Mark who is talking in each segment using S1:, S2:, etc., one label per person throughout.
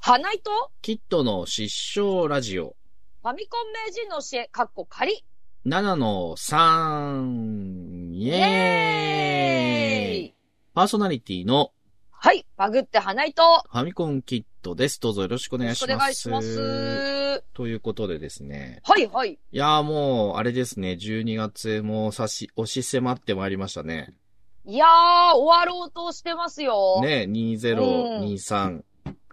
S1: 花糸
S2: キッドの失笑ラジオ。
S1: ファミコン名人の教え、かっこ仮。
S2: 7の3、イ
S1: イ
S2: ェーイパーソナリティの
S1: はい。バグって花糸。よ
S2: ファミコンキッドです。どうぞよろしくお願
S1: ろ
S2: い
S1: し
S2: し
S1: くお
S2: ます。
S1: 願いします。
S2: ということでですね。
S1: はいはい。
S2: いやーもう、あれですね。12月も差し、押し迫ってまいりましたね。
S1: いやー、終わろうとしてますよ。
S2: ね、2023、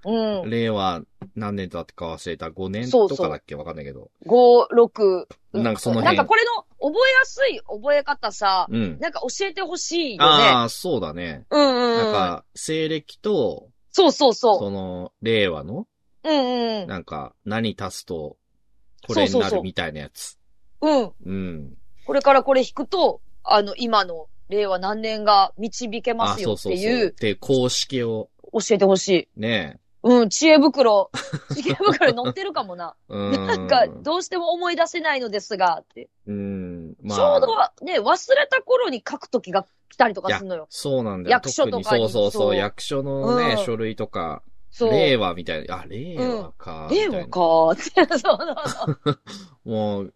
S1: うん。
S2: 令和何年だったか忘れた5年
S1: そう
S2: と
S1: そう
S2: かだっけわかんないけど。
S1: 5、6。
S2: なんかそ
S1: な
S2: の
S1: ん
S2: 辺。
S1: かこれの覚えやすい覚え方さ、
S2: うん。
S1: なんか教えてほしいよね。
S2: ああ、そうだね。
S1: うんうん
S2: なん
S1: うん。
S2: か、西暦と、
S1: そうそうそ
S2: その、令和の、
S1: う。うんうん。
S2: なんか、何足すと、これに
S1: そうそ
S2: な
S1: うそう
S2: るみたいなやつ。
S1: うん。
S2: うん。
S1: これからこれ引くと、あの、今の令和何年が導けま
S2: あ、
S1: すよ
S2: そう
S1: っ
S2: そ
S1: て
S2: う
S1: いう、
S2: そう。で、公式を、
S1: 教えてほしい。
S2: ね。
S1: うん、知恵 袋。知恵袋載ってるかもな。
S2: う
S1: なんか、どうしても思い出せないのですが、って。
S2: うん。まあ、
S1: ちょうどはね、忘れた頃に書くときが来たりとかするのよ。
S2: そうなんだよ。
S1: 役所
S2: 特に
S1: とかに
S2: そうそうそ
S1: そう
S2: う。役所のね、
S1: うん
S2: 書類とか、
S1: そう。
S2: 令和みたいな。あ、令和か。みた
S1: 令
S2: いな
S1: 和か ーって。そうそうそう。
S2: もう、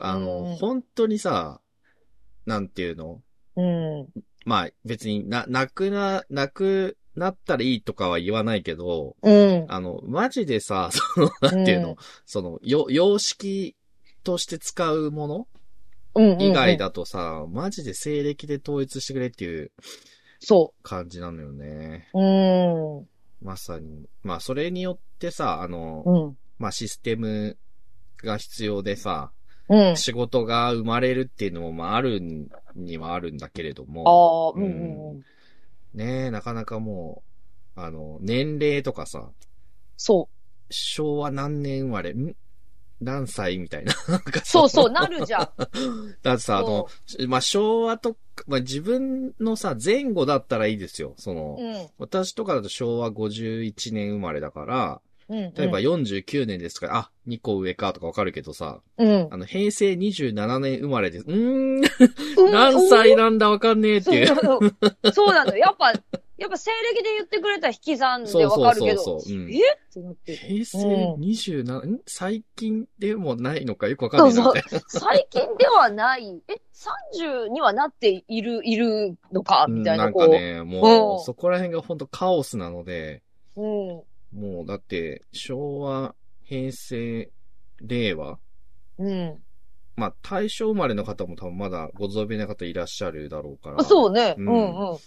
S2: あ
S1: うん
S2: の、本当にさ、なんていうの
S1: うん。
S2: まあ、別にな、なくな、なくなったらいいとかは言わないけど、
S1: うん。
S2: あの、マジでさ、その、なんていうの、
S1: うん
S2: その、よ、様式として使うもの
S1: うん、うん。
S2: 以外。だとさ、マジで西暦で統一してくれっていう
S1: そ
S2: 感じなのよね。
S1: う。うん。う
S2: まさに。まあ、それによってさ、あの、
S1: ん。
S2: まあ、システムが必要でさ、
S1: うん。
S2: 仕事が生まれるっていうのも、まあ、あるんにはあるんだけれども。
S1: ああ、うんうんうん。
S2: ねえ、なかなかもう、あの、年齢とかさ、
S1: そう。
S2: 昭和何年生まれ、ん何歳みたいな。なんか
S1: そう
S2: う。
S1: そう、なるじゃん。
S2: だってさ、あの、まあ、昭和とか、まあ、自分のさ、前後だったらいいですよ。その、
S1: うん。
S2: 私とかだと昭和51年生まれだから、
S1: うん。
S2: 例えば49年ですから、あ、2個上かとかわかるけどさ、
S1: うん、
S2: あの、平成27年生まれです。うーん、
S1: うん。
S2: 何歳なんだわかんねえっていう。
S1: そうそ うそうなの。やっぱ、やっぱ西暦で言ってくれたら引き算でわかるけど。
S2: そうそうそうそううん
S1: えってなって。
S2: 平成
S1: うん
S2: 27、ん最近でもないのかよくわかん
S1: そ
S2: な
S1: う
S2: いな
S1: そ
S2: っ
S1: う
S2: て。。
S1: 最近ではない。え、30にはなっている、いるのかみたいな、
S2: うん
S1: こ
S2: か
S1: う。
S2: ね、も
S1: うん
S2: う、そこら辺が本当カオスなので、
S1: うん。
S2: もうだって、昭和、平成、令和、
S1: うん。
S2: まあ、大正生まれの方も多分まだご存命な方いらっしゃるだろうから、
S1: あそうね。う
S2: うんん
S1: うん。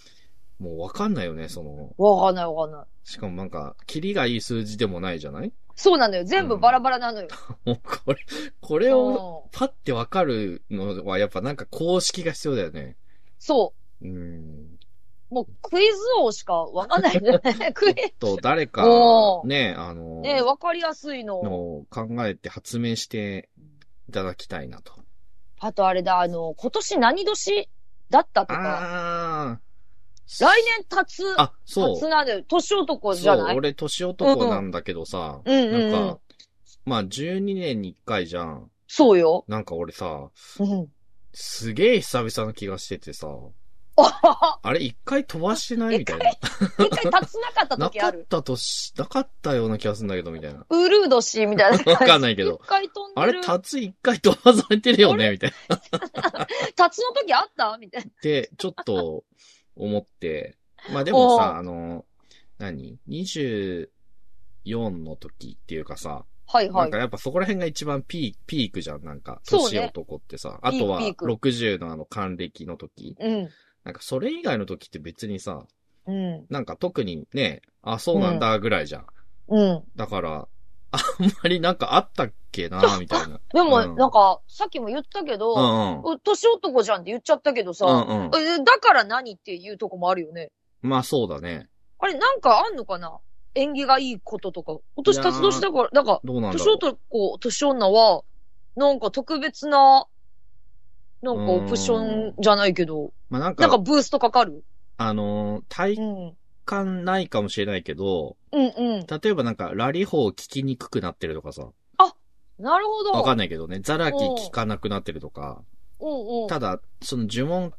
S2: もうわかんないよね、その、
S1: わかんないわかんない。
S2: しかもなんか、キリがいい数字でもないじゃない
S1: そうなのよ。全部バラバラなのよ。
S2: もう これ、これを、
S1: うん
S2: パってわかるのは、やっぱなんか公式が必要だよね。
S1: そ
S2: うん。
S1: う。もうクイズ王しかわかんないんじ ゃないクイ
S2: と、誰か
S1: お、ー
S2: ね、あの、
S1: ねわかりやすいの。
S2: のを考えて発明していただきたいなと。
S1: あとあれだ、あの、今年何年だったとか、
S2: ああ。
S1: 来年経つ、
S2: あ、そう。
S1: 経つなんだよ。年男じ
S2: そ
S1: ゃ
S2: う
S1: な、い
S2: 俺、年男なんだけどさ、
S1: うんうんうん
S2: なんか、まあ、12年に1回じゃん。
S1: そうよ。
S2: なんか俺さ、
S1: うん。
S2: すげえ久々な気がしててさ、
S1: あ
S2: あれ、1回飛ばしてないみたいな。
S1: 一回経つなかった
S2: な
S1: 時
S2: か
S1: あ
S2: っ
S1: る。
S2: たとし、なかったような気がするんだけど、みたいな。
S1: ウルード氏みたいな感じ。
S2: わかんないけど
S1: 一回飛ん
S2: あ
S1: で
S2: れ、
S1: る。
S2: たつ1回飛ばされてるよね、みたいな。
S1: 立つの時あったみたいな。
S2: って、ちょっと、思って。まあでも
S1: おう
S2: さ、あの、何 ?24 の時っていうかさ、
S1: はいは
S2: ないんか。やっぱそこら辺が一番ピーピークじゃん、なんか。
S1: そう
S2: 年
S1: ね
S2: 男ってさ。あとは
S1: ピーク
S2: 60のあの還暦の時。
S1: うん。
S2: なんかそれ以外の時って別にさ、
S1: うん。
S2: なんか特にね、あ、そうなんだぐらいじゃん。
S1: うん。
S2: だから、あんまりなんかあったっけな、みたいな。
S1: でも、
S2: うん
S1: なんか、さっきも言ったけ
S2: う
S1: ど、
S2: んうん。
S1: う年男じゃんって言っちゃったけど
S2: う
S1: さ、
S2: んうん。
S1: えだから何っていうとこもあるよね。
S2: まあそうだね。
S1: あれ、なんかあんのかな縁起がいいこととか。今年立つ年だから、なんか、
S2: どうなんだ
S1: 年
S2: ろう。
S1: 男、年女は、なんか特別な、なんかオプションじゃないけど、
S2: まあなん
S1: なんか
S2: か、
S1: ブーストかかる
S2: あのー、
S1: う
S2: 体
S1: ん。
S2: 感ないかもしれないけど、
S1: うんうん。
S2: 例えばなんか、ラリホー聞きにくくなってるとかさ、
S1: なるほど。
S2: わか
S1: ん
S2: んないけどね、ザラキ聞かなくなってるとか、
S1: うんうん。
S2: ただ、その呪文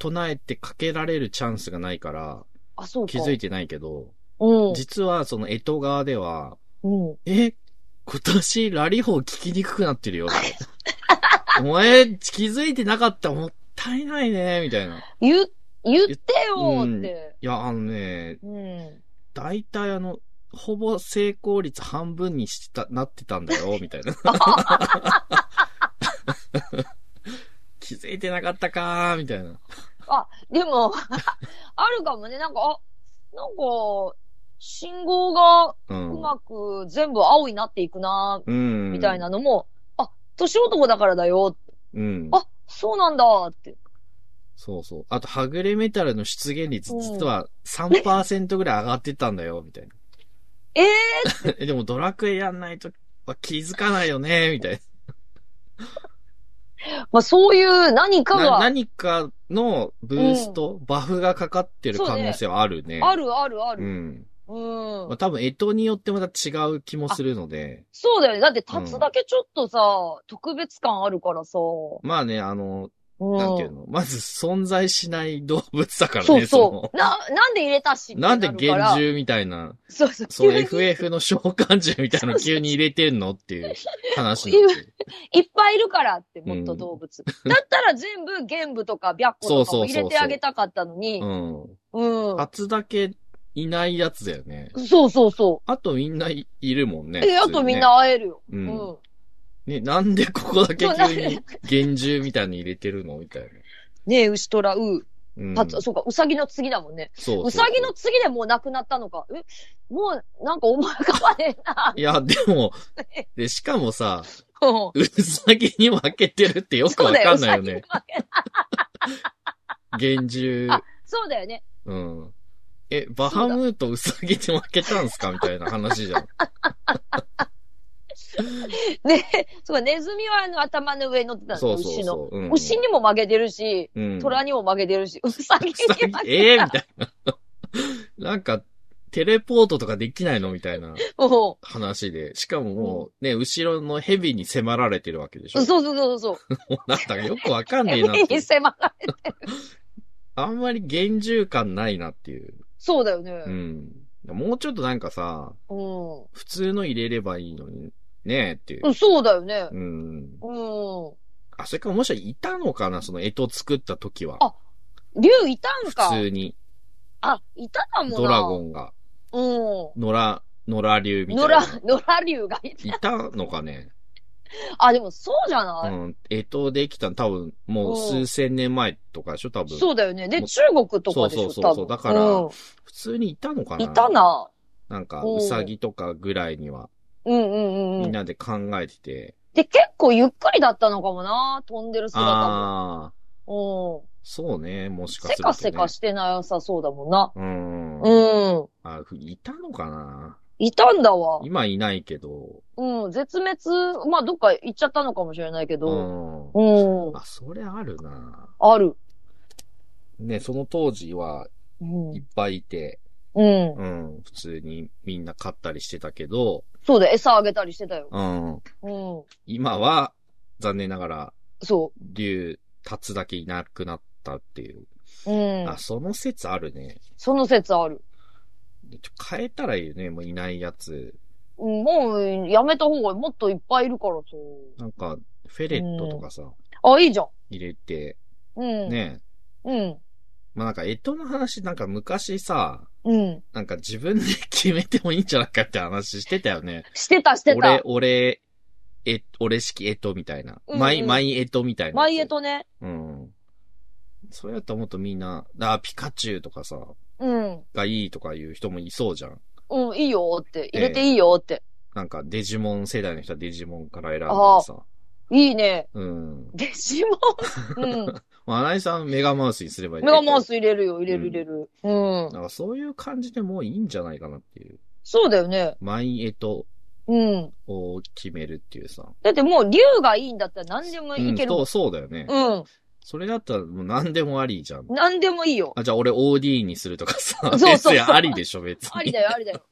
S2: 唱えてかけられるチャンスがないから、
S1: あ、そうか。
S2: 気づいてないけど、
S1: うん。
S2: 実はその江戸川では、
S1: うん。
S2: え、今年ラリホー聞きにくくなっ てるよ。お前、気づいてなかった。もったいないね、みたいな。い
S1: 言う、言ってよーって。
S2: や、あのね、
S1: うん。
S2: だいたいあの、ほぼ成功率半分にした、なってたんだ よ、みたいな。気づいてなかったかー、みたいな。
S1: でも、 あるかもね。なんか、あ、なんか、信号が
S2: うん。
S1: うまく全部青になっていくな、
S2: うん。
S1: みたい。なのも、あ、年男だからだよ。
S2: うん。
S1: あ、そうなんだって。
S2: そうそう。あと、はぐれメタルの出現率、実は3%ぐらい上がってたんだよ、みた いな。
S1: ええ
S2: え、でもドラクエやんないとは気づかないよね、みたい
S1: まあそういう何か
S2: な。な
S1: が、
S2: 何かのブースト、バフがかかってる可能性はあるね。
S1: あるあるあ
S2: う
S1: る。
S2: ん。
S1: うん
S2: まあ、。多分、干支によってまた違う気もするので、
S1: そうだよね。だって立つだけちょっとさ、特別感あるからさ。
S2: まあね、あの、
S1: うん。
S2: なんていうの、まず存在しない動物だからね、
S1: そう
S2: の
S1: そう。な、なんで入れたしって
S2: なんで
S1: るから
S2: 幻獣みたいな、
S1: そうそう。
S2: そう
S1: 急に
S2: FF の召喚獣みたいなの急に入れてんのっていう
S1: そ
S2: 話に
S1: う
S2: なって。
S1: いっぱいいるからって、もっと動物。だったら全部、玄武とか白虎とか
S2: そうそうそ
S1: も
S2: う
S1: 入
S2: そ
S1: れ
S2: う
S1: てあげたかったのに。
S2: うん。
S1: うん。
S2: 初だけいないやつだよね。
S1: そうそうそ
S2: あとみんないいるもんね。
S1: う。え、あ
S2: 普通
S1: と
S2: にね
S1: みん。な会えるよ。
S2: う。
S1: うんん。
S2: ね、なんでここだけ
S1: そうな
S2: 急
S1: んで
S2: に厳重みたいに入れてるのみたいな。
S1: ねえ、牛虎、う、
S2: うん。
S1: たつ、そうか、うさぎの次だもんね。
S2: そう
S1: うさぎの次でもうなくなったのか。え、もう、なんか思い浮かばねえな。
S2: いや、で も、で、しかもさ、
S1: うん
S2: うさぎに負けてるってよく
S1: そう
S2: わ
S1: だよ、
S2: か
S1: うん
S2: な
S1: さ
S2: いよ
S1: ぎに負
S2: ね
S1: け。ない
S2: 厳重。
S1: あそうだよね。
S2: うん。え、バハムートうさぎに負けたんすかみたいな話じゃん。
S1: ねえ、そうか、ネズミはあの頭の上に乗ってたの、
S2: そうそう
S1: 牛の。
S2: そう。うん
S1: 牛にも負けてるし、
S2: うん
S1: 虎にも負けてるし、うさぎに負け てる。
S2: ええみたいな。なんか、テレポートとかできないのみたいな
S1: うん
S2: 話で。しかももう、ね、後ろのヘビに迫られてるわけでしょ
S1: そう。そうそうそう。
S2: もうなんだかよくわかんねえ な
S1: 海
S2: って
S1: に。迫られ
S2: あんまり厳重感ないなっていう。
S1: そうだよ
S2: う
S1: ね。
S2: ん。もうちょっとなんかさ、
S1: うん。
S2: 普通の入れればいいのに、ねえっていう
S1: う。ん、そうだよね。
S2: うん。
S1: う
S2: あ、それかもしかしていたのかなその絵と作った時は。
S1: あん。竜いたんか。
S2: 普通に。
S1: あ、いたかもな。
S2: ドラゴンが、
S1: ン。
S2: 野良、野良竜
S1: うん。
S2: みた
S1: 野
S2: い
S1: 良
S2: な、。
S1: 野良竜がいた。
S2: いたのかね
S1: あ、でもそうじゃ
S2: う
S1: ない、
S2: ん。えとできたの多分、もう数千年前とかでしょ多分。
S1: そうだよね。で、
S2: も
S1: 中国とかでしょ
S2: そうそうそうそう
S1: 多分
S2: だから
S1: う
S2: 普通にいたのか
S1: ん、
S2: ない
S1: た。な。
S2: なんか、
S1: うん
S2: うさぎとかぐらいには、
S1: うんうんうんう
S2: みん
S1: ん。
S2: なで考えてて。
S1: で、結構ゆっくりだったのかもな。飛んでる姿
S2: ああ、
S1: も。うん。
S2: そうね。もしか
S1: せ
S2: すると、ね。
S1: かせかしてなさそうだもんな。
S2: うん。
S1: うん。
S2: あ、ふいたのかない
S1: たんだわ。
S2: 今いないけど。
S1: うん。絶滅、まあ、どっか行っちゃったのかもしれないけ
S2: う
S1: ど。
S2: ん。
S1: うん。
S2: あ、それあるな
S1: ある。
S2: ね、その当時は
S1: うん
S2: いっ。ぱいいて、
S1: うん。
S2: うん、普通にみんな飼ったりしてたけど、
S1: そうだよ、餌あげたりしてたよ。
S2: うん、
S1: うん。
S2: 今は、残念ながら、
S1: そ
S2: 竜、立つだけいなくなったっていう。
S1: う。うん
S2: あ、。その説あるね。
S1: その説ある。
S2: ちょ変えたらいいよね、もういないやつ。
S1: うんもう、やめた方がもっといっぱいいるからさ。
S2: なんか、フェレットとかさ、
S1: あ、いいじゃん。
S2: 入れて、
S1: うん。
S2: ね。
S1: うん。
S2: まあなんか、えとの話、なんか昔さ、
S1: うん。
S2: なんか自分で決めてもいいんじゃないかって話してたよね。
S1: してた、して
S2: 俺
S1: た、。
S2: 俺、え、俺式えとみたいな。
S1: うんうん
S2: マイ、マイえとみたいな。
S1: マイエ。とね。
S2: うん。そうやったらもっとみんな、あ、ピカチュウとかさ、
S1: うん。
S2: がいいとかいう人もいそうじゃん。
S1: うん、いいよって。入れていいよって。
S2: なんかデジモン世代の人はデジモンから選んだりさ。
S1: いいね。
S2: うん。
S1: デジモン。う ん。
S2: まあ、穴井さんメガマウスにすればいい。
S1: メガマウス入れるよ、入れる
S2: うん
S1: 入れる。うん。
S2: なんかそういう感じでもういいんじゃないかなっていう。
S1: そうだよね。
S2: マイエと
S1: うん。
S2: を決めるっていうさ。
S1: だってもう、竜がいいんだったら何でもいける
S2: うん、
S1: も
S2: そ
S1: ん。
S2: う、そうだよね。
S1: うん。
S2: それだったらもう何でもありじゃん。
S1: 何でもいいよ。
S2: あ、じゃあ俺 OD にするとかさ。
S1: そうそうそう
S2: 別にありでしょ、別に。
S1: ありだよ、ありだよ。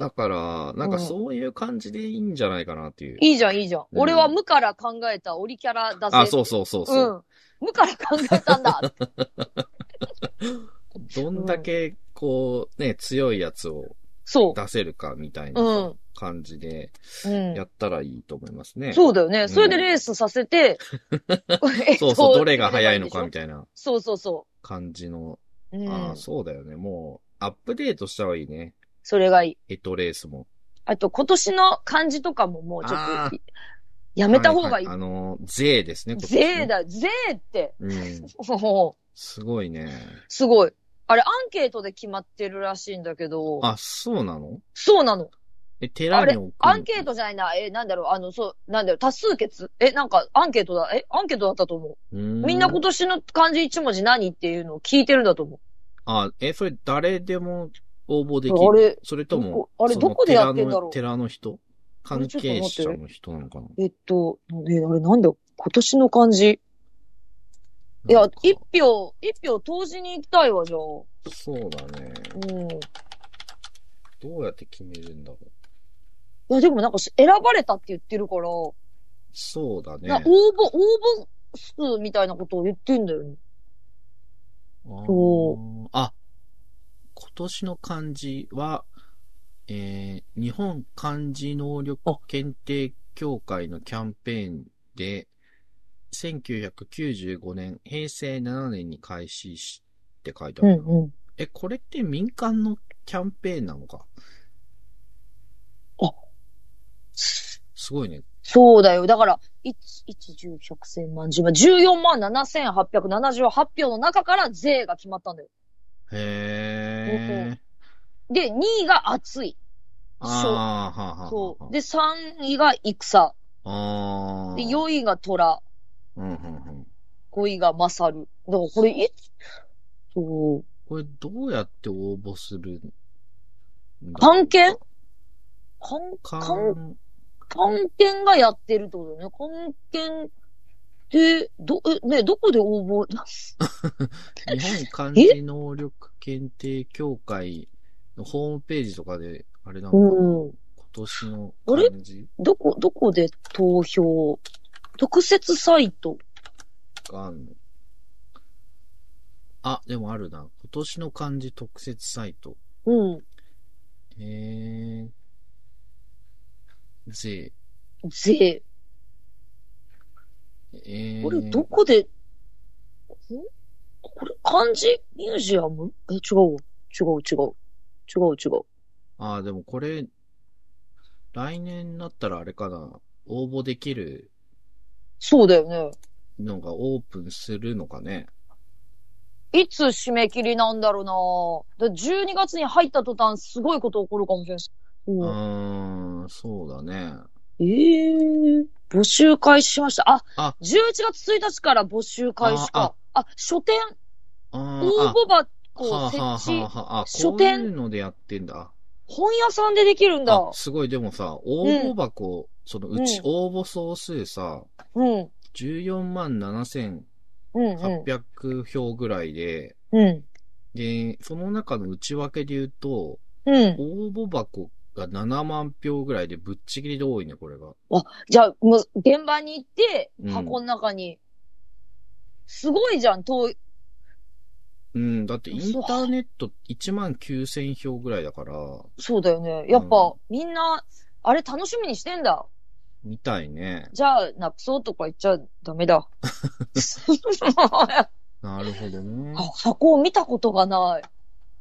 S2: だから、なんかそういう感じでいいんじゃないかなっていう。
S1: いいじゃん、いいじゃん。
S2: うん
S1: 俺は無から考えたオリキャラだぜ。
S2: あ、そうそうそうそうう、
S1: ん。無から考えたんだ。
S2: どんだけこう、ね、強いやつを
S1: そ。
S2: 出せるかみたいう
S1: う。
S2: なん感じで
S1: うん
S2: や。ったらいいと思いますね。
S1: そうだよね。それでレースさせて、えっと
S2: そうそう、どれが早いの かみたいな
S1: そうそうそ
S2: 感じの。
S1: う。う
S2: ああ、
S1: ん。
S2: そうだよね。もう、アップデートした方がいいね。
S1: それがいい。
S2: ヘッドレースも。
S1: あと、今年の漢字とかももうちょ
S2: あ
S1: っと
S2: ー、
S1: やめた方がいい
S2: は。あのー、税ですね。今年ね
S1: 税。だ、税って。
S2: うん。
S1: もう
S2: すごいね。
S1: すごい。あれ、アンケートで決まってるらしいんだけど。
S2: あ、そうなの
S1: そうなの。
S2: え、寺に送る
S1: アンケートじゃないな。え、なんだろう、あの、そう、なんだろう、多数決。え、なんか、アンケートだ。え、アンケートだったと思う。
S2: うー
S1: みんな今年の漢字一文字何っていうのを聞いてるんだと思う。
S2: あ、え、それ誰でも応募でき
S1: あ
S2: る
S1: れ、
S2: それとも、
S1: どこあれ
S2: その
S1: どこでやってんだろう
S2: 寺の寺の人
S1: れ
S2: 関
S1: ちょっと
S2: 係
S1: 待って
S2: 者の人なのかな
S1: えっと、え、あれなんだ今年の漢字。い
S2: な
S1: や
S2: んか、
S1: 一票、一票投じに行きたいわ、じゃあ。
S2: そうだね。
S1: うん。い
S2: どうやって決めるんだろう。
S1: や、でもなんかし選ばれたって言ってるから、
S2: そうだね。
S1: な応募、応募数みたいなことを言ってんだよね。
S2: あー
S1: そ
S2: あ、今年の漢字は、えー、日本漢字能力検定協会のキャンペーンで、1995年、平成7年に開始しって書いてあ
S1: う
S2: る
S1: ん
S2: な。
S1: うん。
S2: え、これって民間のキャンペーンなのか
S1: あ
S2: すごいね。
S1: そうだよ。だから、1、1、10、100、千万、10万、14万7878票の中から税が決まったんだよ。
S2: へー。
S1: で、2位が熱い。
S2: ああ、はあはあ。
S1: そう。
S2: で、
S1: で、3位が戦。
S2: ああ。
S1: で、4位が虎。
S2: うんうんうん。
S1: 5位が勝る。だからこれ、いつそう。
S2: これどうやって応募するんだ
S1: 関係関、関、
S2: 関
S1: 関係がやってるってことだよね。関係で、ど、え、ね、どこで応募、
S2: 日本漢字能力検定協会のホームページとかで、あれなのかな、
S1: うん。
S2: 今年の
S1: あれ
S2: 漢字
S1: どこ、どこで投票特設サイト。
S2: があんのあ、でもあるな。今年の漢字特設サイト。
S1: うん。
S2: へえ。税。
S1: 税。
S2: えー、
S1: これ、どこで、んこれ、漢字ミュージアムえ、違うわ。違う、違う。違う、違う。
S2: ああ、でもこれ、来年になったらあれかな。応募できる
S1: そうだよね。
S2: のがオープンするのかね。
S1: いつ締め切りなんだろうなだ12月に入った途端、すごいこと起こるかもしれないし。
S2: う
S1: うん
S2: ーん、そうだね。
S1: ええ募集開始しました。あ、
S2: あ
S1: 11月1日から募集開始か。あ書店、
S2: あー
S1: 応募箱
S2: あ、
S1: 設
S2: はあはあ
S1: 置、
S2: はあ、あ、
S1: 書
S2: こう
S1: 店
S2: いうのでやってんだ。
S1: 本屋さんでできるんだ
S2: あ、。すごい、でもさ、応募箱、そのうち
S1: うん
S2: 応募総数さ、
S1: うん、
S2: 14万7800
S1: うん、うん。
S2: 票ぐらいで、
S1: うん、
S2: で、その中の内訳で言うと、
S1: うん。
S2: 応募箱が7万票ぐらいでぶっちぎりで多いね、これが。
S1: じゃあ、もう、現場に行って
S2: う、ん
S1: 箱の中に。すごいじゃん、遠い。
S2: うん、だってインターネット1万9000票ぐらいだから、
S1: そうだよね。やっぱ、
S2: うん
S1: みんな、あれ楽しみにしてんだ。
S2: みたいね。
S1: じゃあ、なくそうとか言っちゃダメ だ。
S2: なるほどね。
S1: あ箱を見たことがない。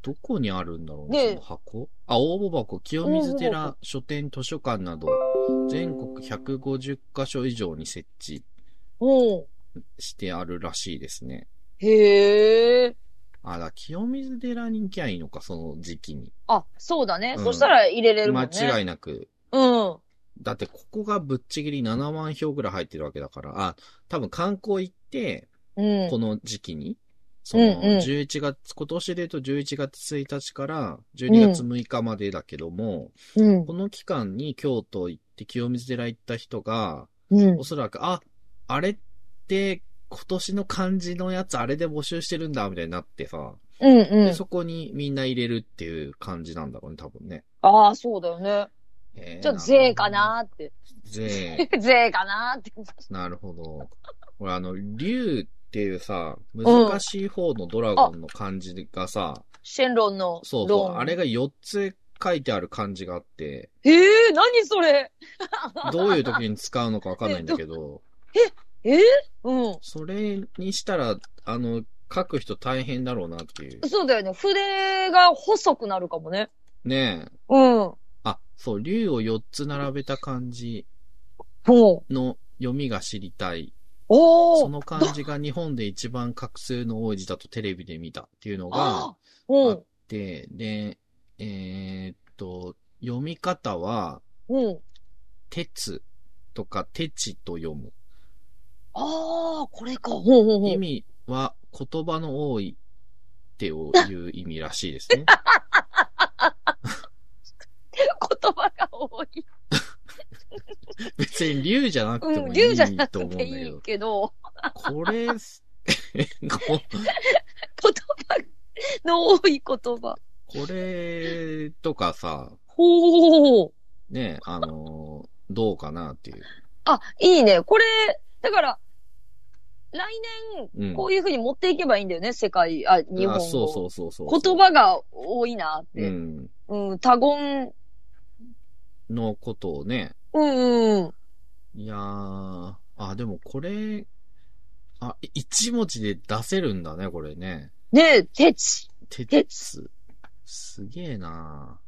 S2: どこにあるんだろう
S1: で
S2: ね、その箱あ、応募箱、清水
S1: 応募
S2: 寺、書店、図書館など、全国150カ所以上に設置
S1: うん。
S2: してあるらしいですね。
S1: へえ。
S2: あ、だ、清水寺に行きゃいいのか、その時期に。
S1: あ、そうだね。
S2: うん
S1: そしたら入れれるも
S2: 間
S1: んね。
S2: 違
S1: い。
S2: いなく。
S1: うん。
S2: だって、ここがぶっちぎり7万票ぐらい入ってるわけだから、あ、多分観光行って、
S1: うん。
S2: この時期に、その
S1: うんうん
S2: 11月、今年で言うと11月1日から12月6日までだけども、
S1: うん
S2: こ。の期間に京都行って清水寺行った人が、
S1: うん
S2: お。そらく、あ、あれって今年の漢字のやつあれで募集してるんだ、みたいになってさ、
S1: うん。う
S2: で
S1: ん。
S2: そこにみんな入れるっていう感じなんだろうね、多分ね。
S1: ああ、そうだよね。
S2: えー
S1: じゃあ、税か。なーって。
S2: 税、
S1: 税かなーって。
S2: なるほど。俺あの、竜っていうさ、難しい方のドラゴンの漢字がさ、
S1: シェンロンの
S2: そう
S1: ロ
S2: そう
S1: ー。ン。
S2: あれが4つ書いてある漢字があって、
S1: ええ何それ
S2: どういう時に使うのかわかんないんだけ ど、
S1: ええうん。
S2: それにしたら、あの、書く人大変だろうなっていう。
S1: そうだよね。筆が細くなるかもね。
S2: ねえ。
S1: うん。
S2: あ、そう、竜を4つ並べた漢字
S1: ほう。
S2: の読みが知りたい。
S1: お
S2: そ
S1: ー
S2: の漢字が日本で一番画数の多い字だとテレビで見たっていうのがあ
S1: あう
S2: っ
S1: ん。
S2: て、で、えーっと、読み方は、
S1: うん。
S2: 鉄とか鉄と読む。
S1: ああ、これか。ほうほうほう
S2: 意。味は言葉の多いっていう意味らしいです ね。
S1: 言葉が多い。
S2: 別に竜じゃなくて
S1: う
S2: も
S1: ん、
S2: い
S1: 竜
S2: い
S1: じゃな
S2: と
S1: く
S2: 思うんだ
S1: て
S2: け
S1: いい
S2: ど。
S1: けど、
S2: これ、こ
S1: 言葉の多い言葉。
S2: これとかさ、
S1: ほう。
S2: ね、あのどうかなっていう。
S1: あ、いいね。これ、だから、来
S2: うん
S1: 年、こういうふうに持っていけばいいんだよね、世界、あ、日本
S2: あ
S1: を。
S2: そうそうそうそう。
S1: 言葉が多いなっ
S2: う
S1: て。
S2: ん。
S1: うん、多言、
S2: のことをね。
S1: うん、うん。
S2: いやー、あ、でもこれ、あ、一文字で出せるんだね、これね。
S1: ねえ、てち。
S2: 鉄。すげえな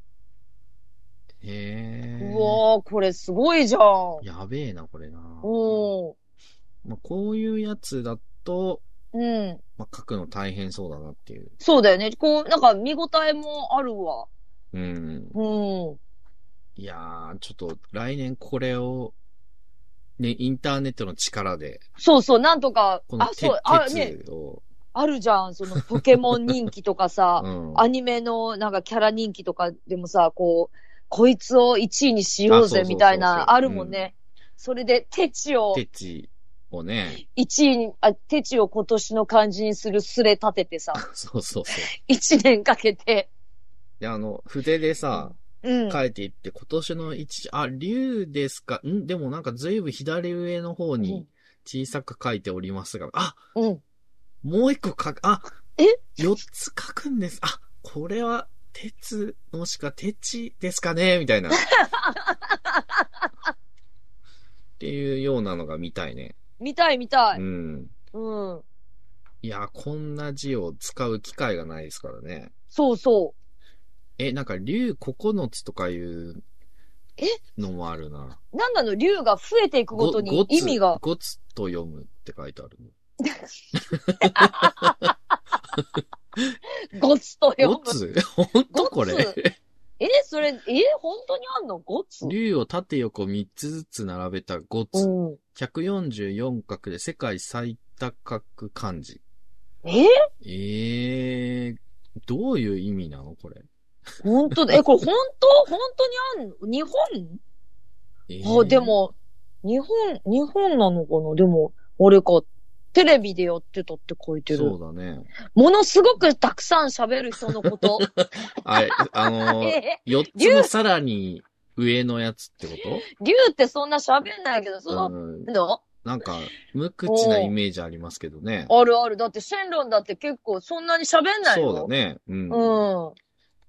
S2: へ
S1: う
S2: え。
S1: わー、これすごいじゃん。
S2: やべえな、これな。ま
S1: おー。
S2: あ、こういうやつだと、
S1: うん。
S2: まあ、書くの大変そうだなっていう。
S1: そうだよね。こう、なんか見応えもあるわ。
S2: うん。
S1: うん。
S2: いやー、ちょっと来年これを、ね、インターネットの力で、
S1: そうそう、なんとか
S2: こ、の
S1: あ、
S2: 鉄
S1: そう、あ、ね、
S2: 鉄を、
S1: あるじゃん。そのポケモン人気とかさ
S2: う、ん。
S1: アニメのなんかキャラ人気とかでもさ、こう、こいつを1位にしよう
S2: あそうそ
S1: ぜ
S2: うそうそう
S1: みたいな、あるもんね。それで、テチを
S2: 鉄をね、
S1: 1位に、あ、テチを今年の漢字にするスレ立てて さ、
S2: そうそうそう。
S1: 1年かけて。
S2: で、あの、筆でさ、
S1: うん。
S2: 書いていって、今年の一、あ、竜ですかんでもなんか随分左上の方に小さく書いておりますが、あ、
S1: うん。
S2: もう一個書く、あ、
S1: え
S2: 四つ書くんです。あ、これは、鉄、もしくは鉄ですかねみたいな。っていうようなのが見たいね。
S1: 見たい見た
S2: う
S1: い。
S2: ん。
S1: うん。
S2: いや、こんな字を使う機会がないですからね。
S1: そうそ
S2: え、なんか、竜九つとかいう
S1: え
S2: のもあるな。
S1: う。なんなの竜が増えていくごとに
S2: ごつ
S1: 意味が。
S2: ごつと読むって書いてある。
S1: ごつと読
S2: ご
S1: む。
S2: つ 本当こ
S1: ご
S2: れ
S1: つ。え、それ、え、本当にあんのごつ
S2: 竜を縦横3つずつ並べたごつ。
S1: うん。
S2: 144画で世界最高く漢字。
S1: え
S2: えー、どういう意味なのこれ。
S1: 本当だ。え、これ本当本当にあんの日本
S2: え
S1: あ、
S2: ー
S1: で。も、日本、日本なのかなでも、あれか、テレビでやってたって書いて
S2: そ
S1: る。
S2: うだね。
S1: ものすごくたくさん喋る人のこと。
S2: あ、 あのー、
S1: え
S2: 4つのさらに上のやつってこ
S1: 竜ってそんな喋んないけど、そ
S2: と
S1: の、
S2: うん。
S1: の
S2: なんか、無口なイメージありますけどね。
S1: あるある。だって、シェンロンだって結構そんなに喋んない
S2: そ
S1: よ。
S2: うだ。ね。うん。
S1: うん。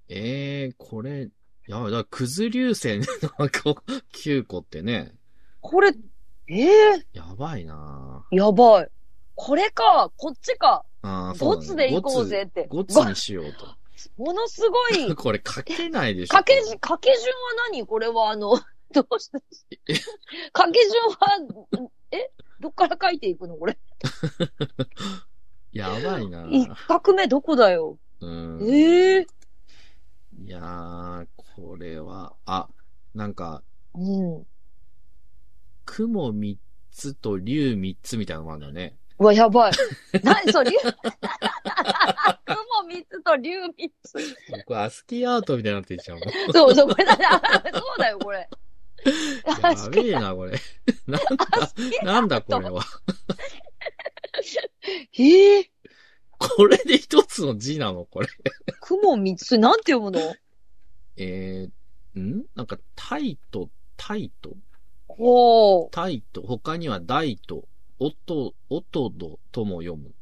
S2: ええこれ、やばい、だから、くず流星の9個ってね、
S1: これ、ええ
S2: やばいな
S1: やばい。これか、こっちか、
S2: ぁあー
S1: ゴ
S2: そうだ
S1: ツ
S2: ね
S1: で行こうぜって。
S2: ゴツゴツにしよう
S1: ごものすご
S2: と。、
S1: い
S2: これ書けないでしょ。
S1: 掛けじ、掛け順は何これはあの、 どうした掛け順は、えどっから書いていくのこれ。
S2: やばいな
S1: 一
S2: ぁ
S1: 画目どこだよ。
S2: うん。
S1: ええ
S2: いやー、これは、あ、なんか、
S1: うん。
S2: 雲3つと竜3つみたいなのもあるんだ ね。
S1: うわ、やばい。何それ、竜。雲三つと竜三つ。
S2: これ、アスキーアートみたいになってっちゃう もん。
S1: そうそう、これだ ね。そうだよ、これ。
S2: や
S1: 確か
S2: べえな、これ。なんだ、なんだこれは。
S1: に。ええ
S2: これで一つの字なのこれ。
S1: 雲三つ、なんて読むの
S2: えー、んなんか、タイト、タイト、
S1: ほう。
S2: タイト、他にはダイト、オト、オトドとも読む。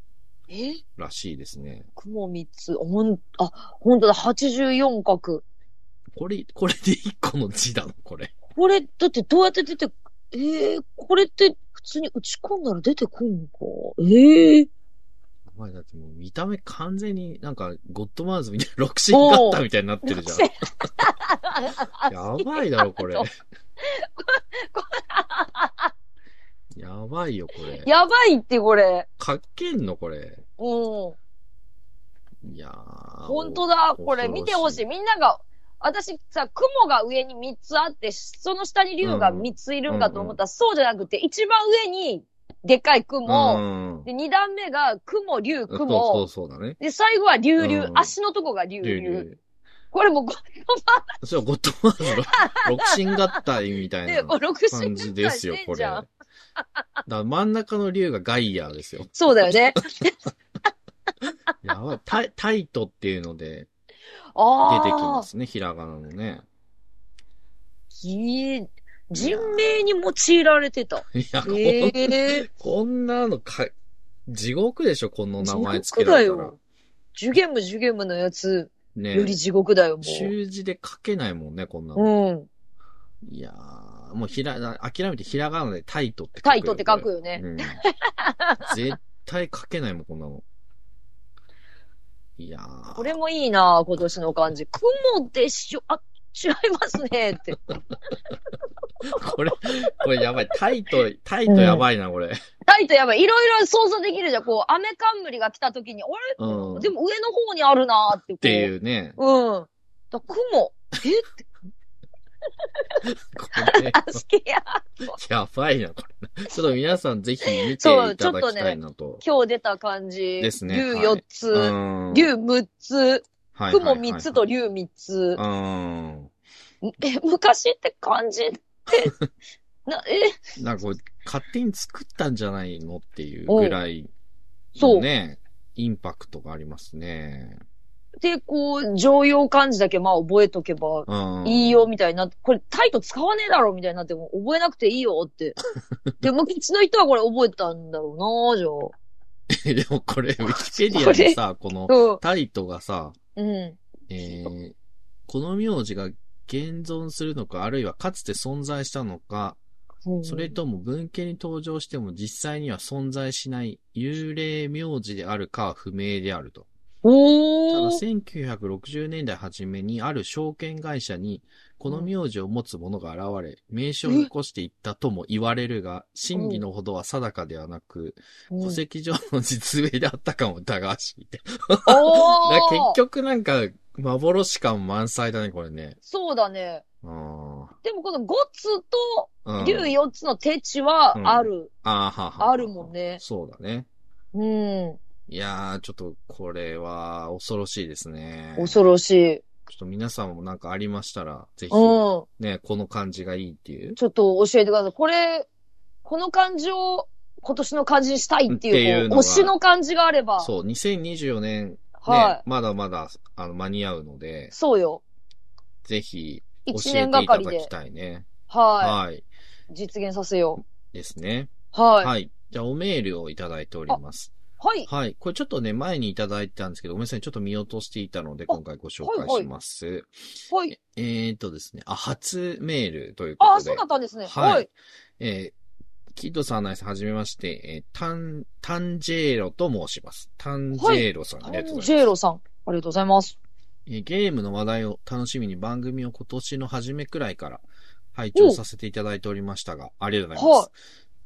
S1: え
S2: らしいですね。
S1: 雲三つ。ほん、あ、本当だ、84画。
S2: これ、これで一個の字だの、これ。
S1: これ、だってどうやって出て、ええこれって普通に打ち込んだら出てくんのか。ええ
S2: お前だってもう見た目完全になんか、ゴッドマーズみたいな、六神合体みたいになっ てるじゃん。やばいだろ、これ。やばいよ、こ れ。
S1: やばいって、これ。
S2: かけんの、これ。
S1: うん。
S2: いやー。
S1: 本当だ、
S2: お
S1: これ見てほしい。。みんなが、私さ、雲が上に3つあって、その下に竜が3ついるんかと思ったら、そうじゃなくて、一番上に、でっかい雲、
S2: も
S1: で、二段目が雲、竜、
S2: うん。
S1: 雲、
S2: そうそうそうだね。
S1: で、最後は竜竜、
S2: うん
S1: 足のとこが竜
S2: 竜
S1: 竜。
S2: 々。
S1: これもうこ
S2: それはゴッドマーズの六神合体みたい
S1: れ、
S2: な
S1: これ六神
S2: 感じですよ
S1: 合体し、て
S2: こ
S1: ん
S2: れ。
S1: じゃ
S2: だ
S1: ん
S2: から真ん中の竜がガイアですよ。
S1: そうだよ ね。
S2: やばい。タイタイトっていうので出
S1: ああ。
S2: てきますね、ひらがなのね。
S1: いい人名に用いられてた。
S2: いや、こん
S1: ええ
S2: こんなのか、地獄でしょ、この名前つけ
S1: 獄
S2: ら
S1: だ
S2: れたら
S1: よ。。ジュゲムジュゲムのやつよ
S2: ね
S1: り地獄だよ、も
S2: 習字で書けないもんね、こんなの。
S1: う。うん。
S2: いやー、もうひら、諦めてひらがなでタイトって書くよ。
S1: タイトって書くよね。
S2: うん 絶対書けないもん、こんなの。いやー。
S1: これもいいな、今年の漢字。雲でしょ、あ、違いますね、って。
S2: これ、これやばい。タイト、タイトやばいな、これ。
S1: タイトやばい。いろいろ想像できるじゃん。こう、雨冠が来た時に、あれ
S2: うん。っ
S1: でも上の方にあるなーって。って。
S2: いううね。
S1: うん。だ雲。え
S2: これ、
S1: あ、好き や。
S2: やばいな、これ。ちょっと皆さんぜひ見て
S1: そう
S2: いただきたいなと。
S1: 今日出た漢字。
S2: ですね
S1: 竜
S2: はい
S1: 4つ、
S2: うん
S1: 竜6つ、
S2: はい
S1: 雲3つと竜3つ。
S2: はいはいうん。
S1: え、昔って漢字 って、な、え、
S2: なんかこれ、勝手に作ったんじゃないのっていうぐらい、
S1: そう
S2: ね、インパクトがありますね。
S1: で、こう、常用漢字だけまあ覚えとけば
S2: うん。
S1: いいよみたいになって、これタイト使わねえだろみたいになって、もう覚えなくていいよ って。でも、うちの人はこれ覚えたんだろうなじゃ
S2: でも これ、ウィキペディアにさ、この
S1: あ。うん。
S2: タイトがさ、
S1: うん。
S2: えーこの名字が現存するのか、あるいはかつて存在したのか、
S1: うん
S2: それとも文献に登場しても実際には存在しない幽霊名字であるかは不明であると。ただ
S1: おー。
S2: 1960年代初めにある証券会社にこの名字を持つ者が現れ、名称を残していったとも言われるが、真偽のほどは定かではなく、
S1: うん
S2: 戸籍上の実名であったかも疑わしいって。
S1: お
S2: だから
S1: ー
S2: 結局なんか幻感満載だね、これね。
S1: そうだね。
S2: あ
S1: でもこの5つと
S2: ーうん
S1: 竜4つの手地はある。
S2: あーははは
S1: あるもんね
S2: そうだね。
S1: うん。
S2: いやー、ちょっとこれは恐ろしいですね。
S1: 恐ろしい。
S2: ちょっと皆さんもなんかありましたら、ぜひ、
S1: うん。
S2: ね、この感じがいいっていう。
S1: ちょっと教えてください。これ、この漢字を今年の漢字にしたいって
S2: っていう
S1: いう、こ
S2: のが
S1: う推しの漢字があれば。
S2: そう、2024年、ね、
S1: は
S2: まだまだあの間に合うの
S1: い。
S2: で、
S1: そうよ。
S2: ぜひ、教
S1: 一年
S2: えて
S1: が
S2: い
S1: か
S2: た
S1: り
S2: だ
S1: で
S2: き。たいね。
S1: は
S2: はい。
S1: い。実現させよ
S2: ですね。
S1: う。はい。はい。
S2: はい。じゃあ、おメールをいただいております。はい。これちょっとね、前にいただいてたんですけど、ごめんなさい。ちょっと見落としていたので、今回ご紹介します。
S1: はい。
S2: えーっとですね、あ、初メールということで。
S1: ああ、そうだったんですね。
S2: はい。
S1: はい。
S2: えーキッドさん、ナイさん、はじめまして、えータン、タンジェーロと申します。タンジェーロさん、
S1: タ
S2: ありがとう
S1: ン
S2: ご
S1: ジ
S2: ざい
S1: ェ
S2: ま
S1: イ
S2: す。
S1: ロさん、ありがとうございます。
S2: えーゲームの話題を楽しみに番組を今年の初めくらいから拝聴させていただいておりましたが、ありがとうございます。
S1: は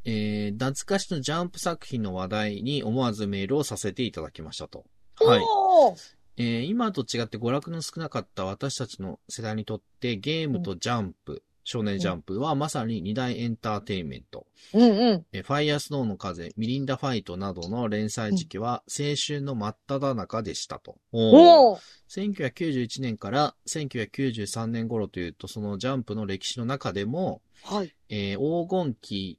S2: えー懐かしのジャンプ作品の話題に思わずメールをさせていただきましたと。はい。
S1: おー
S2: えー今と違って娯楽の少なかった私たちの世代にとってゲームとジャンプ、少年ジャンプはまさに二大エンターテインメント。
S1: うんうん。
S2: えーファイヤースノーの風、ミリンダファイトなどの連載時期は青春の真っ只中でしたと。おー
S1: おー
S2: 1991年から1993年頃というと、そのジャンプの歴史の中でも、
S1: はい。
S2: えー黄金期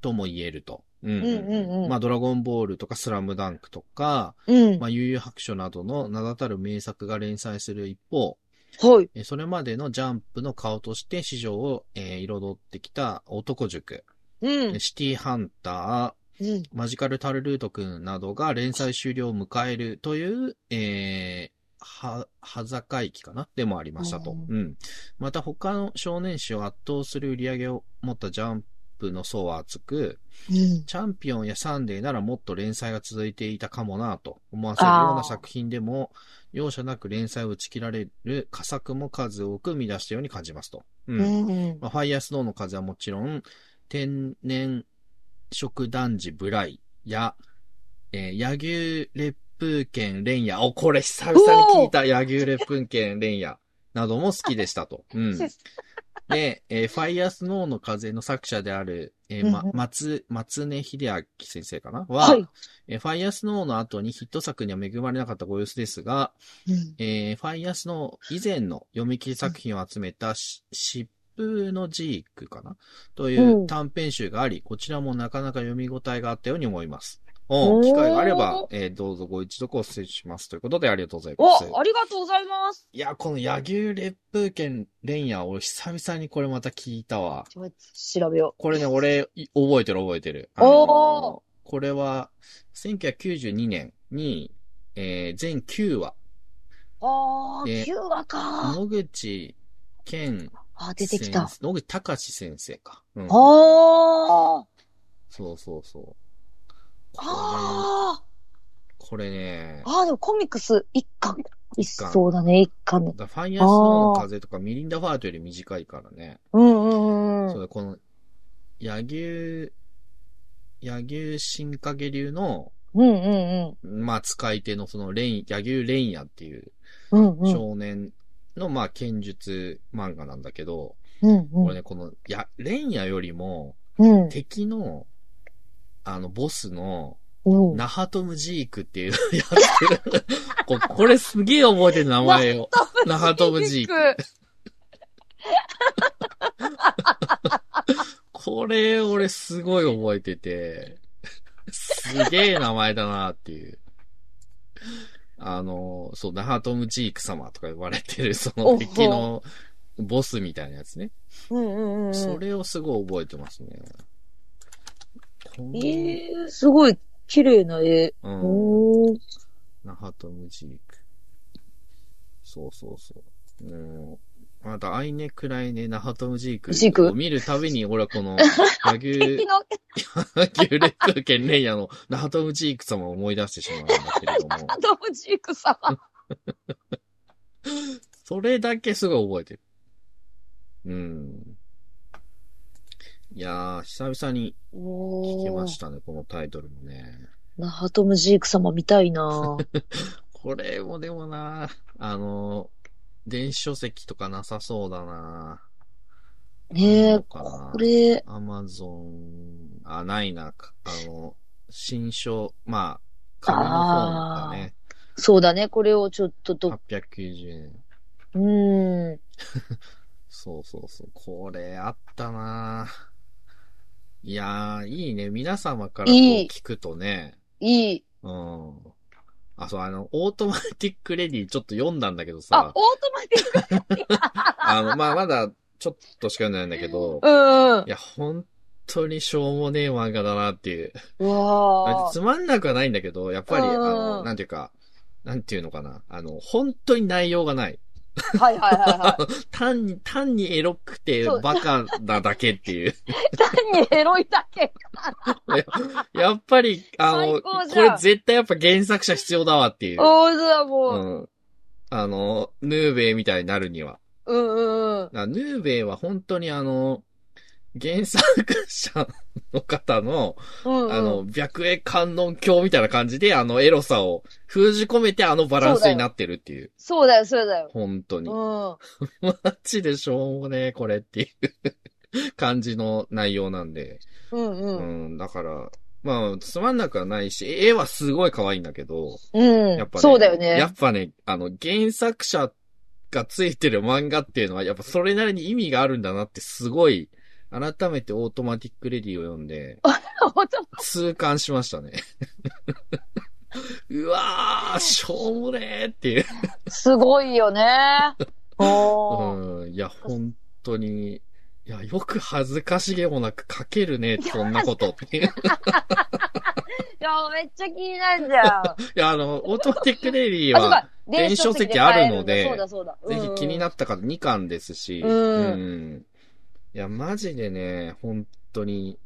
S2: とも言えると。うん
S1: うんうんうん
S2: まあ、ドラゴンボールとかスラムダンクとか、
S1: うん。
S2: まあ、悠々白書などの名だたる名作が連載する一方、
S1: はい。
S2: えーそれまでのジャンプの顔として市場を、えー彩ってきた男塾、
S1: うん。
S2: シティハンター、
S1: うん。
S2: マジカルタルルートくんなどが連載終了を迎えるという、えー、は、はざか期かなでもありましたと。
S1: う
S2: うん。また他の少年誌を圧倒する売り上げを持ったジャンプの層は厚く、
S1: うん。
S2: チャンピオンやサンデーならもっと連載が続いていたかもなぁと思わせるような作品でも、容赦なく連載を打ち切られる佳作も数多く生み出したように感じますと。う
S1: うん。うん
S2: まあ、ファイヤースノーの風はもちろん、天然食男児ブライや、えー、野牛烈風剣連夜。お、これ久々に聞いた野牛烈風剣連夜なども好きでした と。うん。で、えーファイヤースノーの風の作者である、えーま
S1: うんうん
S2: 松、松根秀明先生かなは、
S1: はい。
S2: えーファイヤースノーの後にヒット作には恵まれなかったご様子ですが、
S1: うん
S2: えー、ファイアスの以前の読み切り作品を集めたし、疾風のジークかなとい
S1: うん
S2: う短編集があり、こちらもなかなか読み応えがあったように思います。う
S1: おー
S2: ん、機会があれば、えーどうぞご一読お勧めします。ということで、ありがとうございます。
S1: お、ありがとうございます。
S2: いや、この野牛烈風剣連夜、俺久々にこれまた聞いたわ。
S1: ちょ調べよ
S2: これね、俺、い覚えてる覚えてる。
S1: おー
S2: これは、1992年に、えー全9話、
S1: う。ああ、
S2: で
S1: 9話か。
S2: 野口健
S1: あ、出てきた。あ
S2: 先生野口隆先生か。うん。
S1: あ。
S2: そうそうそう。これ
S1: ああ。
S2: これね、
S1: ああ、でもコミックス1巻。一
S2: 巻
S1: そうだね、1巻ね。
S2: だファイアスノーの風とかミリンダ・ファートより短いからね。
S1: うんうんうん
S2: そううだ、この、柳生、柳生新影流の、
S1: ん。うんうん
S2: まあ、使い手のその、レイン、柳生レンヤっていう
S1: うん。うんうん。
S2: 少年の、まあ、剣術漫画なんだけど、
S1: うん
S2: これ
S1: うん。
S2: ね、この、や、レンヤよりも、
S1: うん
S2: 敵の、あの、ボスの、
S1: うん。
S2: ナハトムジークっていうやってる。 ここれすげえ覚えてる名前を。ナハトムジーク。これ俺すごい覚えてて、すげえ名前だなっていう。あの、そう、ナハトムジーク様とか呼ばれてる、その敵のボスみたいなやつね。
S1: うんうんうん。
S2: それをすごい覚えてますね。この
S1: ええー、すごい綺麗な絵。
S2: うん。
S1: おー
S2: 那覇とムジーク。そうそうそう。うん。また、アイネ・クライネ・ナハトムジーク
S1: ジーク
S2: を見るたびに、俺はこの、和 牛、
S1: 敵の、
S2: 和牛レッグ剣レイヤーのナハトムジーク様を思い出してしまうんだけれども、
S1: アドムジーク様。
S2: それだけすごい覚えてる。うん。いやー、久々に聞き
S1: お
S2: ま
S1: ー
S2: したね、このタイトルもね。
S1: ナハトムジーク様見たい なぁ
S2: これもでもな、あの、電子書籍とかなさそうだな。
S1: ねえ
S2: あるの、かな
S1: これ、
S2: アマゾン、あ、ないな、かあの、新書、まあ、紙の本がね、
S1: そうだね、これをちょっとと、
S2: 890円。
S1: うーん。
S2: そうそうそう、これあったな。いやー、いいね。皆様からこう
S1: いい
S2: 聞くとね、
S1: いい。
S2: うん。あ、そう、あの、オートマティックレディちょっと読んだんだけど
S1: あ、オー
S2: さ
S1: ト、マティック。
S2: あの、まあ、まだちょっとしか読んでないんだけど、
S1: うんうん
S2: い。や、本当にしょうもねえ漫画だなっていう。
S1: うわ
S2: つまんなくはないんだけど、やっぱ
S1: う
S2: り、あ
S1: ん
S2: の、なんていうか、なんていうのかな。あの、本当に内容がない。
S1: ぁ。はいはいはいはい。
S2: 単に、単にエロくて
S1: そう
S2: バカなだけって いう。
S1: 単にエロいだけ。
S2: やっぱり、あの、
S1: 最高じ
S2: こ
S1: ゃん
S2: れ絶対やっぱ原作者必要だわっていう。
S1: おー、そうだ
S2: う
S1: もう。
S2: ん。あの、ヌーベイみたいになるには。
S1: うんうんうん。
S2: だからヌーベイは本当にあの、原作者の方の、
S1: うんうん。
S2: あの、白絵観音鏡みたいな感じで、あの、エロさを封じ込めてあのバランスになってるっていう。
S1: そうだよ、そうだよ。
S2: 本当に。
S1: うん。
S2: マジでしょうもねえ、これっていう感じの内容なんで。
S1: うんう。
S2: うんん、だから、まあ、つまんなくはないし、絵はすごい可愛いんだけど、
S1: うん。
S2: やっぱね、
S1: そうだよね。
S2: やっぱね、あの、原作者がついてる漫画っていうのは、やっぱそれなりに意味があるんだなってすごい、改めてオートマティックレディを読んで、
S1: 本当
S2: 痛感しましたね。 うわー、しょうもねーっていう。
S1: すごいよね。おー。
S2: うん、いや、本当に、いや、よく恥ずかしげもなく書けるね、そんなことっていう。
S1: いや、めっちゃ気になるじゃん。 あ、
S2: いや、あの、オートテクレリー
S1: そう
S2: は
S1: か、。
S2: 電子書籍あるので
S1: そうだそうだ。
S2: ぜひ気に
S1: っ
S2: なった方2巻ですし、
S1: うん
S2: んいや、マジでね、本当に、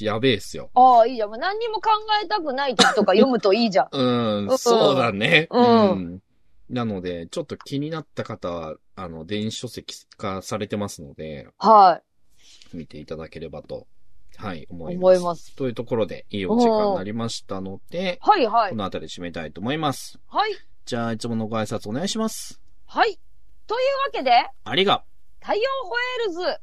S2: やべえっすよ。
S1: ああ、いいじゃん。もう何にも考えたくない時とか読むといいじゃん。
S2: う
S1: うん
S2: ん、そうだね。
S1: うん
S2: なので、ちょっと気になった方は、あの、電子書籍化されてますので、
S1: は
S2: 見ていただければと、はい、思
S1: い。
S2: います。
S1: 思います。
S2: というところで、いいお時間になりましたので、
S1: はいはい
S2: こ。の辺りで締めたいと思います。
S1: はい。
S2: じゃあ、いつものご挨拶お願いします。
S1: はい。というわけで、
S2: ありが
S1: 太陽ホエールズ